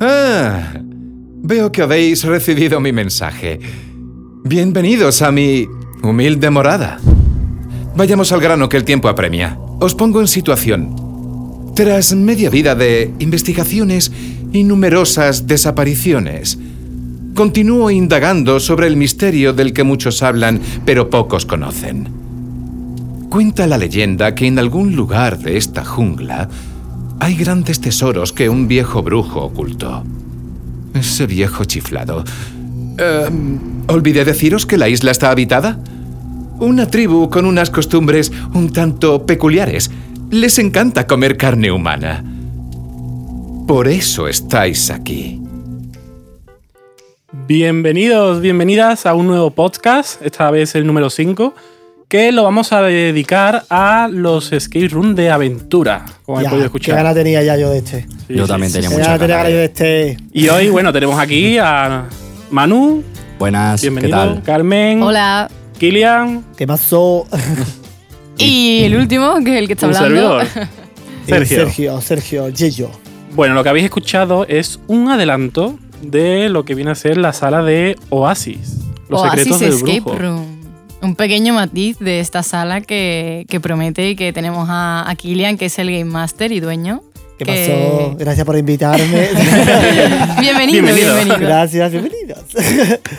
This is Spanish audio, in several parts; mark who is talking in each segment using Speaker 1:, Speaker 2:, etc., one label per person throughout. Speaker 1: Ah, veo que habéis recibido mi mensaje. Bienvenidos a mi humilde morada. Vayamos al grano que el tiempo apremia. Os pongo en situación. Tras media vida de investigaciones y numerosas desapariciones, continúo indagando sobre el misterio del que muchos hablan pero pocos conocen. Cuenta la leyenda que en algún lugar de esta jungla hay grandes tesoros que un viejo brujo ocultó. Ese viejo chiflado. Eh, olvidé deciros que la isla está habitada. Una tribu con unas costumbres un tanto peculiares. Les encanta comer carne humana. Por eso estáis aquí.
Speaker 2: Bienvenidos, bienvenidas a un nuevo podcast, esta vez el número 5, que lo vamos a dedicar a los escape room de aventura, como he
Speaker 3: Ya,
Speaker 2: podido
Speaker 3: qué
Speaker 2: escuchar.
Speaker 3: ganas tenía ya yo de este.
Speaker 2: Sí,
Speaker 4: Yo
Speaker 2: sí,
Speaker 4: también
Speaker 2: sí.
Speaker 4: tenía
Speaker 3: Qué
Speaker 4: muchas
Speaker 3: ganas tenía
Speaker 4: ganas.
Speaker 3: yo de este.
Speaker 2: Y hoy, bueno, tenemos aquí a Manu,
Speaker 4: Buenas, ¿qué
Speaker 2: bienvenido,
Speaker 4: tal?
Speaker 2: Carmen,
Speaker 5: Hola.
Speaker 2: Kilian,
Speaker 3: Temazo.
Speaker 5: Y el último, que es el que está
Speaker 2: un
Speaker 5: hablando.
Speaker 2: servidor. Sergio.
Speaker 3: Sergio, Sergio, Yello.
Speaker 2: Bueno, lo que habéis escuchado es un adelanto de lo que viene a ser la sala de Oasis. Los
Speaker 5: Oasis
Speaker 2: secretos del
Speaker 5: Oh, Escape
Speaker 2: brujo.
Speaker 5: Room. Un pequeño matiz de esta sala que, que promete y que tenemos a, a Kilian, que es el Game Master y dueño.
Speaker 3: ¿Qué
Speaker 5: que-
Speaker 3: pasó? Gracias por invitarme.
Speaker 5: bienvenido,
Speaker 2: Bienvenido.
Speaker 5: bienvenido.
Speaker 3: Gracias, bienvenidos.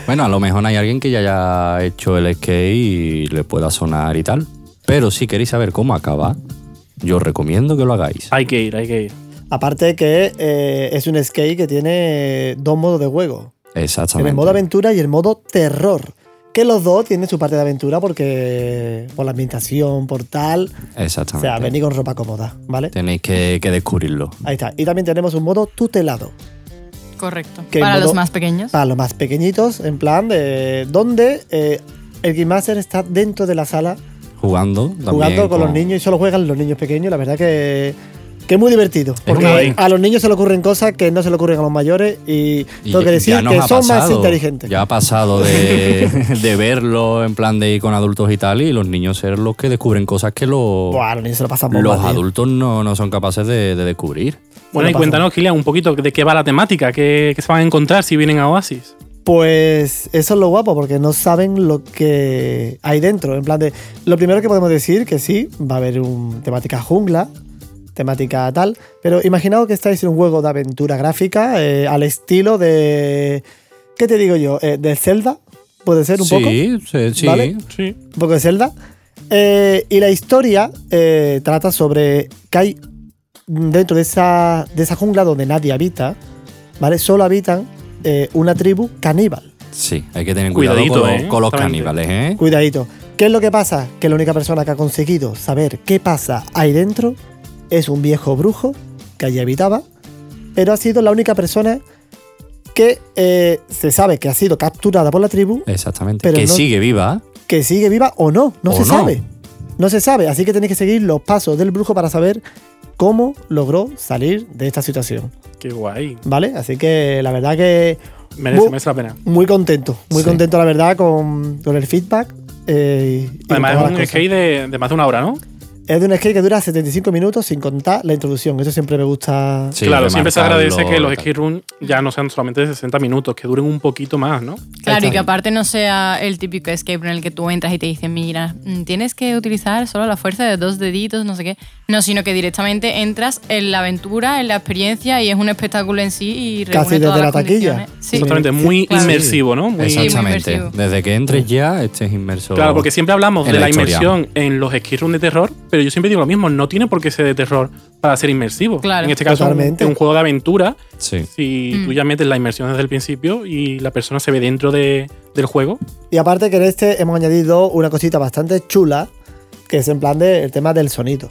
Speaker 4: Bueno, a lo mejor hay alguien que ya haya hecho el skate y le pueda sonar y tal. Pero si queréis saber cómo acaba, yo os recomiendo que lo hagáis.
Speaker 2: Hay que ir, hay que ir.
Speaker 3: Aparte que eh, es un skate que tiene dos modos de juego.
Speaker 4: Exactamente.
Speaker 3: El modo aventura y el modo terror. Que los dos tienen su parte de aventura porque por la ambientación, por tal. O
Speaker 4: Exactamente.
Speaker 3: sea, venir con ropa cómoda, ¿vale?
Speaker 4: Tenéis que, que descubrirlo.
Speaker 3: Ahí está. Y también tenemos un modo tutelado.
Speaker 5: Correcto.
Speaker 3: Que
Speaker 5: Para
Speaker 3: modo-
Speaker 5: los más pequeños.
Speaker 3: Para los más pequeñitos, en plan de donde eh, el Game Master está dentro de la sala
Speaker 4: Jugando también.
Speaker 3: jugando con los niños y solo juegan los niños pequeños. La verdad que, que es muy divertido. Porque
Speaker 2: guay.
Speaker 3: a los niños se le ocurren cosas que no se le ocurren a los mayores y,
Speaker 4: Y
Speaker 3: tengo que
Speaker 4: ya
Speaker 3: decir
Speaker 4: nos
Speaker 3: que
Speaker 4: ha
Speaker 3: son más
Speaker 4: pasado,
Speaker 3: inteligentes.
Speaker 4: Ya ha pasado de, de verlo en plan de ir con adultos y tal, y los niños ser los que descubren cosas que los,
Speaker 3: Buah, los niños se lo pasan bomba,
Speaker 4: los
Speaker 3: tío.
Speaker 4: adultos no, no son capaces de, de descubrir.
Speaker 2: Bueno, y
Speaker 3: pasa.
Speaker 2: cuéntanos, Kilian, un poquito de qué va la temática, qué, qué se van a encontrar si vienen a Oasis.
Speaker 3: Pues eso es lo guapo, porque no saben lo que hay dentro. En plan de. Lo primero que podemos decir que sí, va a haber un temática jungla, temática tal. Pero imaginaos que estáis en un juego de aventura gráfica eh, al estilo de. ¿Qué te digo yo? Eh, de Zelda, puede ser un
Speaker 4: sí,
Speaker 3: poco.
Speaker 4: sí, sí.
Speaker 3: ¿Vale?
Speaker 2: Sí.
Speaker 3: Un poco de Zelda. Eh, y la historia eh, trata sobre que hay dentro de esa, de esa jungla donde nadie habita, ¿vale? Solo habitan eh, una tribu caníbal.
Speaker 4: Sí, hay que tener cuidado
Speaker 2: Cuidadito,
Speaker 4: con, los-
Speaker 2: eh,
Speaker 4: con los
Speaker 2: exactamente.
Speaker 4: caníbales, ¿eh?
Speaker 3: Cuidadito. ¿Qué es lo que pasa? Que la única persona que ha conseguido saber qué pasa ahí dentro es un viejo brujo que allí habitaba, pero ha sido la única persona que eh, se sabe que ha sido capturada por la tribu,
Speaker 4: Exactamente.
Speaker 3: Pero
Speaker 4: que
Speaker 3: no-
Speaker 4: sigue viva.
Speaker 3: que sigue viva o no, no
Speaker 4: O
Speaker 3: se
Speaker 4: no.
Speaker 3: sabe. No se sabe, así que tenéis que seguir los pasos del brujo para saber cómo logró salir de esta situación,
Speaker 2: Qué guay.
Speaker 3: ¿vale? Así que la verdad que
Speaker 2: Merece,
Speaker 3: Bu-
Speaker 2: merece la pena.
Speaker 3: muy contento, muy
Speaker 4: Sí.
Speaker 3: contento la verdad con, con el feedback. eh, y con todas
Speaker 2: Además,
Speaker 3: las
Speaker 2: es un
Speaker 3: cosas.
Speaker 2: skate de, de más de una hora, ¿no?
Speaker 3: Es de un skate que dura 75 minutos sin contar la introducción. Eso siempre me gusta.
Speaker 4: Sí,
Speaker 2: claro, siempre se
Speaker 4: remarcarlo
Speaker 2: agradece que los
Speaker 4: y tal.
Speaker 2: skate rooms ya no sean solamente de 60 minutos, que duren un poquito más, ¿no?
Speaker 5: Claro, y que
Speaker 4: Exactamente.
Speaker 5: aparte no sea el típico escape room en el que tú entras y te dicen, mira, mm, tienes que utilizar solo la fuerza de dos deditos, no sé qué. No, sino que directamente entras en la aventura, en la experiencia y es un espectáculo en sí y reúne
Speaker 3: Casi desde
Speaker 5: todas
Speaker 3: la
Speaker 5: las
Speaker 3: taquilla.
Speaker 5: condiciones. Sí.
Speaker 2: Exactamente, muy
Speaker 5: Claro.
Speaker 2: inmersivo, ¿no? Muy,
Speaker 5: Exacto.
Speaker 4: Exactamente.
Speaker 5: inmersivo.
Speaker 4: Desde que entres ya, estés inmerso.
Speaker 2: Claro, porque siempre hablamos
Speaker 4: en
Speaker 2: de
Speaker 4: la
Speaker 2: la,
Speaker 4: historia.
Speaker 2: inmersión en los skate rooms de terror, pero yo siempre digo lo mismo, no tiene por qué ser de terror para ser inmersivo.
Speaker 5: Claro.
Speaker 2: En este caso, un-
Speaker 3: Totalmente.
Speaker 2: un juego de aventura,
Speaker 4: Sí.
Speaker 2: si
Speaker 5: Mm.
Speaker 2: tú ya metes la inmersión desde el principio y la persona se ve dentro de- del juego,
Speaker 3: Y aparte que en este hemos añadido una cosita bastante chula, que es en plan de el tema del sonido.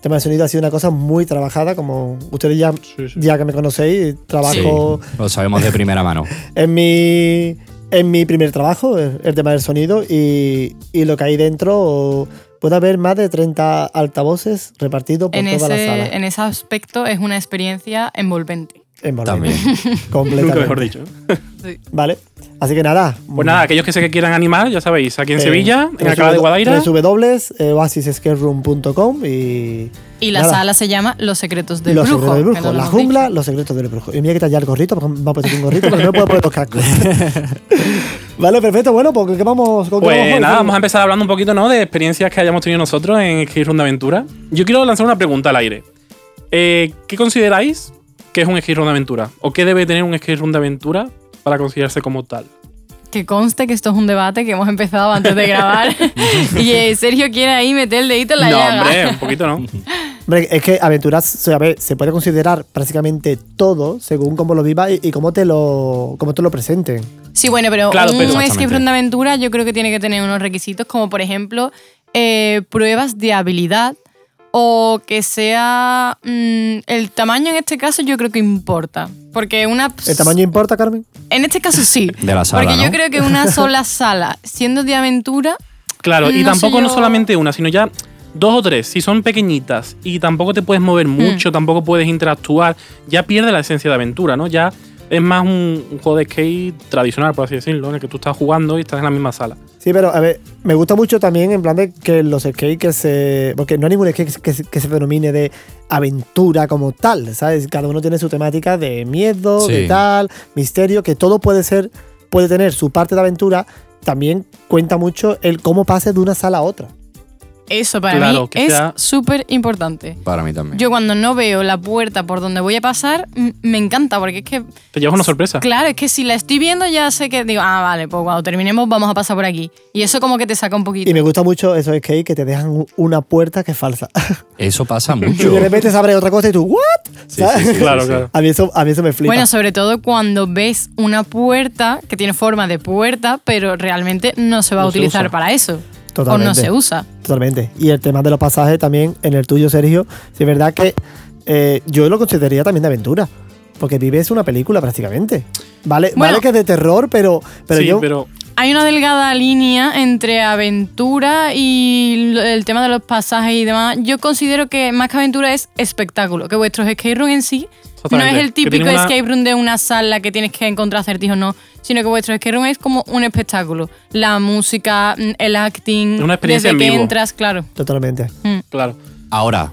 Speaker 3: tema de sonido ha sido una cosa muy trabajada, como ustedes ya,
Speaker 2: Sí, sí.
Speaker 3: ya que me conocéis,
Speaker 4: Sí,
Speaker 3: trabajo
Speaker 4: lo sabemos de primera mano.
Speaker 3: en mi, en mi primer trabajo, el el tema del sonido, y, y lo que hay dentro, puede haber más de 30 altavoces repartidos por
Speaker 5: En
Speaker 3: toda la sala.
Speaker 5: ese, en ese aspecto es una experiencia envolvente.
Speaker 3: Envolvente,
Speaker 4: También.
Speaker 3: Completamente.
Speaker 2: Nunca mejor dicho.
Speaker 3: Vale. Así que nada.
Speaker 2: Pues nada, aquellos que se quieran animar, ya sabéis, aquí en
Speaker 3: eh,
Speaker 2: Sevilla, en
Speaker 3: tres
Speaker 2: Alcalá de
Speaker 3: w-
Speaker 2: Guadaira.
Speaker 3: tres dobles, eh, oasisescaperoom.com y.
Speaker 5: Y la
Speaker 3: nada,
Speaker 5: sala se llama Los Secretos del
Speaker 3: los
Speaker 5: Brujo.
Speaker 3: secretos del
Speaker 5: que no
Speaker 3: brujo,
Speaker 5: lo
Speaker 3: la
Speaker 5: hemos dicho.
Speaker 3: jungla, los secretos del brujo. Y me voy a quitar ya el gorrito porque me ha puesto aquí un gorrito, pero no me puedo poner los cascos. vale, perfecto. Bueno, pues ¿qué vamos con qué vamos
Speaker 2: Pues
Speaker 3: hoy?
Speaker 2: nada, vamos a empezar hablando un poquito, ¿no? De experiencias que hayamos tenido nosotros en Escape Room de Aventura. Yo quiero lanzar una pregunta al aire. Eh, ¿Qué consideráis que es un Escape Room de Aventura? ¿O qué debe tener un Escape Room de Aventura para considerarse como tal?
Speaker 5: Que conste que esto es un debate que hemos empezado antes de grabar. y eh, Sergio quiere ahí meter el dedito en la
Speaker 2: no,
Speaker 5: llaga.
Speaker 2: hombre, un poquito no.
Speaker 3: Hombre, es que aventuras, o sea, a ver, se puede considerar prácticamente todo según cómo lo vivas y, y cómo te lo cómo te lo presenten.
Speaker 5: Sí, bueno, pero
Speaker 2: Claro,
Speaker 5: un
Speaker 2: pero-
Speaker 5: escape
Speaker 4: Exactamente.
Speaker 5: room de aventura yo creo que tiene que tener unos requisitos como, por ejemplo, eh, pruebas de habilidad o que sea... mm, el tamaño en este caso yo creo que importa. Porque una...
Speaker 3: ¿El tamaño importa, Carmen?
Speaker 5: En este caso sí.
Speaker 4: De la sala,
Speaker 5: Porque yo
Speaker 4: ¿no?
Speaker 5: creo que una sola sala, siendo de aventura,
Speaker 2: Claro, y
Speaker 5: No sé
Speaker 2: tampoco no
Speaker 5: yo-
Speaker 2: solamente una, sino ya dos o tres. Si son pequeñitas y tampoco te puedes
Speaker 5: Mm.
Speaker 2: mover mucho, tampoco puedes interactuar, ya pierde la esencia de aventura, ¿no? Ya es más un, un juego de skate tradicional, por así decirlo, en el que tú estás jugando y estás en la misma sala.
Speaker 3: Sí, pero a ver, me gusta mucho también en plan de que los skates que se. Porque no hay ningún skate que se, que se denomine de aventura como tal, ¿sabes? Cada uno tiene su temática de miedo,
Speaker 4: Sí.
Speaker 3: de tal, misterio, que todo puede ser, puede tener su parte de aventura. También cuenta mucho el cómo pases de una sala a otra.
Speaker 5: eso para
Speaker 2: Claro,
Speaker 5: mí
Speaker 2: que
Speaker 5: es
Speaker 2: sea-
Speaker 5: súper importante.
Speaker 4: Para mí también.
Speaker 5: Yo cuando no veo la puerta por donde voy a pasar, m- me encanta, porque es que,
Speaker 2: Te llevas una sorpresa.
Speaker 5: claro, es que si la estoy viendo ya sé que digo, ah, vale, pues cuando terminemos vamos a pasar por aquí. Y eso como que te saca un poquito.
Speaker 3: Y me gusta mucho esos skates que te dejan u- una puerta que es falsa.
Speaker 4: Eso pasa
Speaker 3: Y
Speaker 4: mucho.
Speaker 3: de repente se abre otra cosa y tú, ¿what?
Speaker 4: Sí, sí, sí, sí,
Speaker 2: Claro,
Speaker 4: sí.
Speaker 2: claro.
Speaker 3: A mí eso, a mí eso me flipa.
Speaker 5: Bueno, sobre todo cuando ves una puerta que tiene forma de puerta, pero realmente no se va a
Speaker 2: No se
Speaker 5: utilizar
Speaker 2: usa.
Speaker 5: para eso. O no
Speaker 3: Totalmente.
Speaker 5: se usa.
Speaker 3: Totalmente. Y el tema de los pasajes también, en el tuyo, Sergio, sí es verdad que eh, yo lo consideraría también de aventura. Porque vives una película prácticamente. Vale,
Speaker 5: Bueno.
Speaker 3: vale que es de terror, pero, pero
Speaker 2: sí,
Speaker 3: yo.
Speaker 2: pero
Speaker 5: Hay una delgada línea entre aventura y lo- el tema de los pasajes y demás. Yo considero que más que aventura es espectáculo, que vuestros escape room en sí no es
Speaker 2: Exactamente,
Speaker 5: el
Speaker 2: que
Speaker 5: típico
Speaker 2: tiene una-
Speaker 5: escape room de una sala que tienes que encontrar acertijos, no, sino que vuestro escape room es como un espectáculo. La música, mm, el acting,
Speaker 2: Es una experiencia
Speaker 5: desde
Speaker 2: en
Speaker 5: que
Speaker 2: vivo.
Speaker 5: entras, claro.
Speaker 3: Totalmente.
Speaker 2: claro.
Speaker 4: Ahora,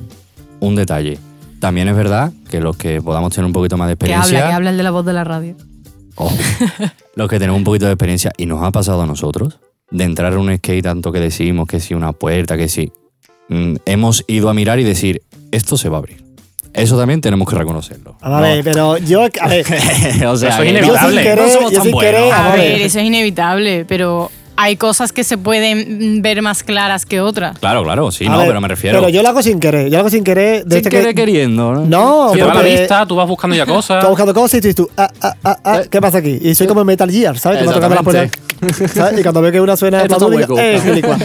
Speaker 4: un detalle. También es verdad que los que podamos tener un poquito más de
Speaker 5: Que
Speaker 4: experiencia.
Speaker 5: habla, que habla el de la voz de la radio.
Speaker 4: Ojo. los que tenemos un poquito de experiencia y nos ha pasado a nosotros de entrar en un skate tanto que decimos que sí una puerta, que sí. Mm, hemos ido a mirar y decir, esto se va a abrir. Eso también tenemos que reconocerlo.
Speaker 3: A ver, pero yo. A ver,
Speaker 4: o
Speaker 2: Eso
Speaker 4: sea,
Speaker 2: es
Speaker 4: que
Speaker 2: inevitable.
Speaker 4: no-
Speaker 2: Yo sin
Speaker 4: no
Speaker 3: querer,
Speaker 4: somos
Speaker 3: yo
Speaker 4: tan
Speaker 3: sin
Speaker 4: buenos.
Speaker 3: querer,
Speaker 5: A
Speaker 2: Ah,
Speaker 3: Vale.
Speaker 5: ver, eso es inevitable, pero hay cosas que se pueden mm, ver más claras que otras.
Speaker 4: Claro, claro, sí,
Speaker 3: a
Speaker 4: no,
Speaker 3: ver,
Speaker 4: pero me refiero.
Speaker 3: Pero yo lo hago sin querer. Yo lo hago sin querer. De
Speaker 4: Sin
Speaker 3: este que-
Speaker 4: querer queriendo, ¿no?
Speaker 3: No,
Speaker 2: Si te va la
Speaker 3: porque
Speaker 2: vista, tú vas buscando ya cosas.
Speaker 3: Estás buscando cosas y tú dices tú, ah, ah, ah, ah, ¿qué pasa aquí? Y soy como en Metal Gear, ¿sabes? Que me ha tocado la puerta.
Speaker 4: Eh, Exactamente.
Speaker 3: ¿sabes? Y cuando veo que una suena
Speaker 4: Esto está
Speaker 3: madura, digo,
Speaker 4: hueco.
Speaker 3: "Eh, quilicua".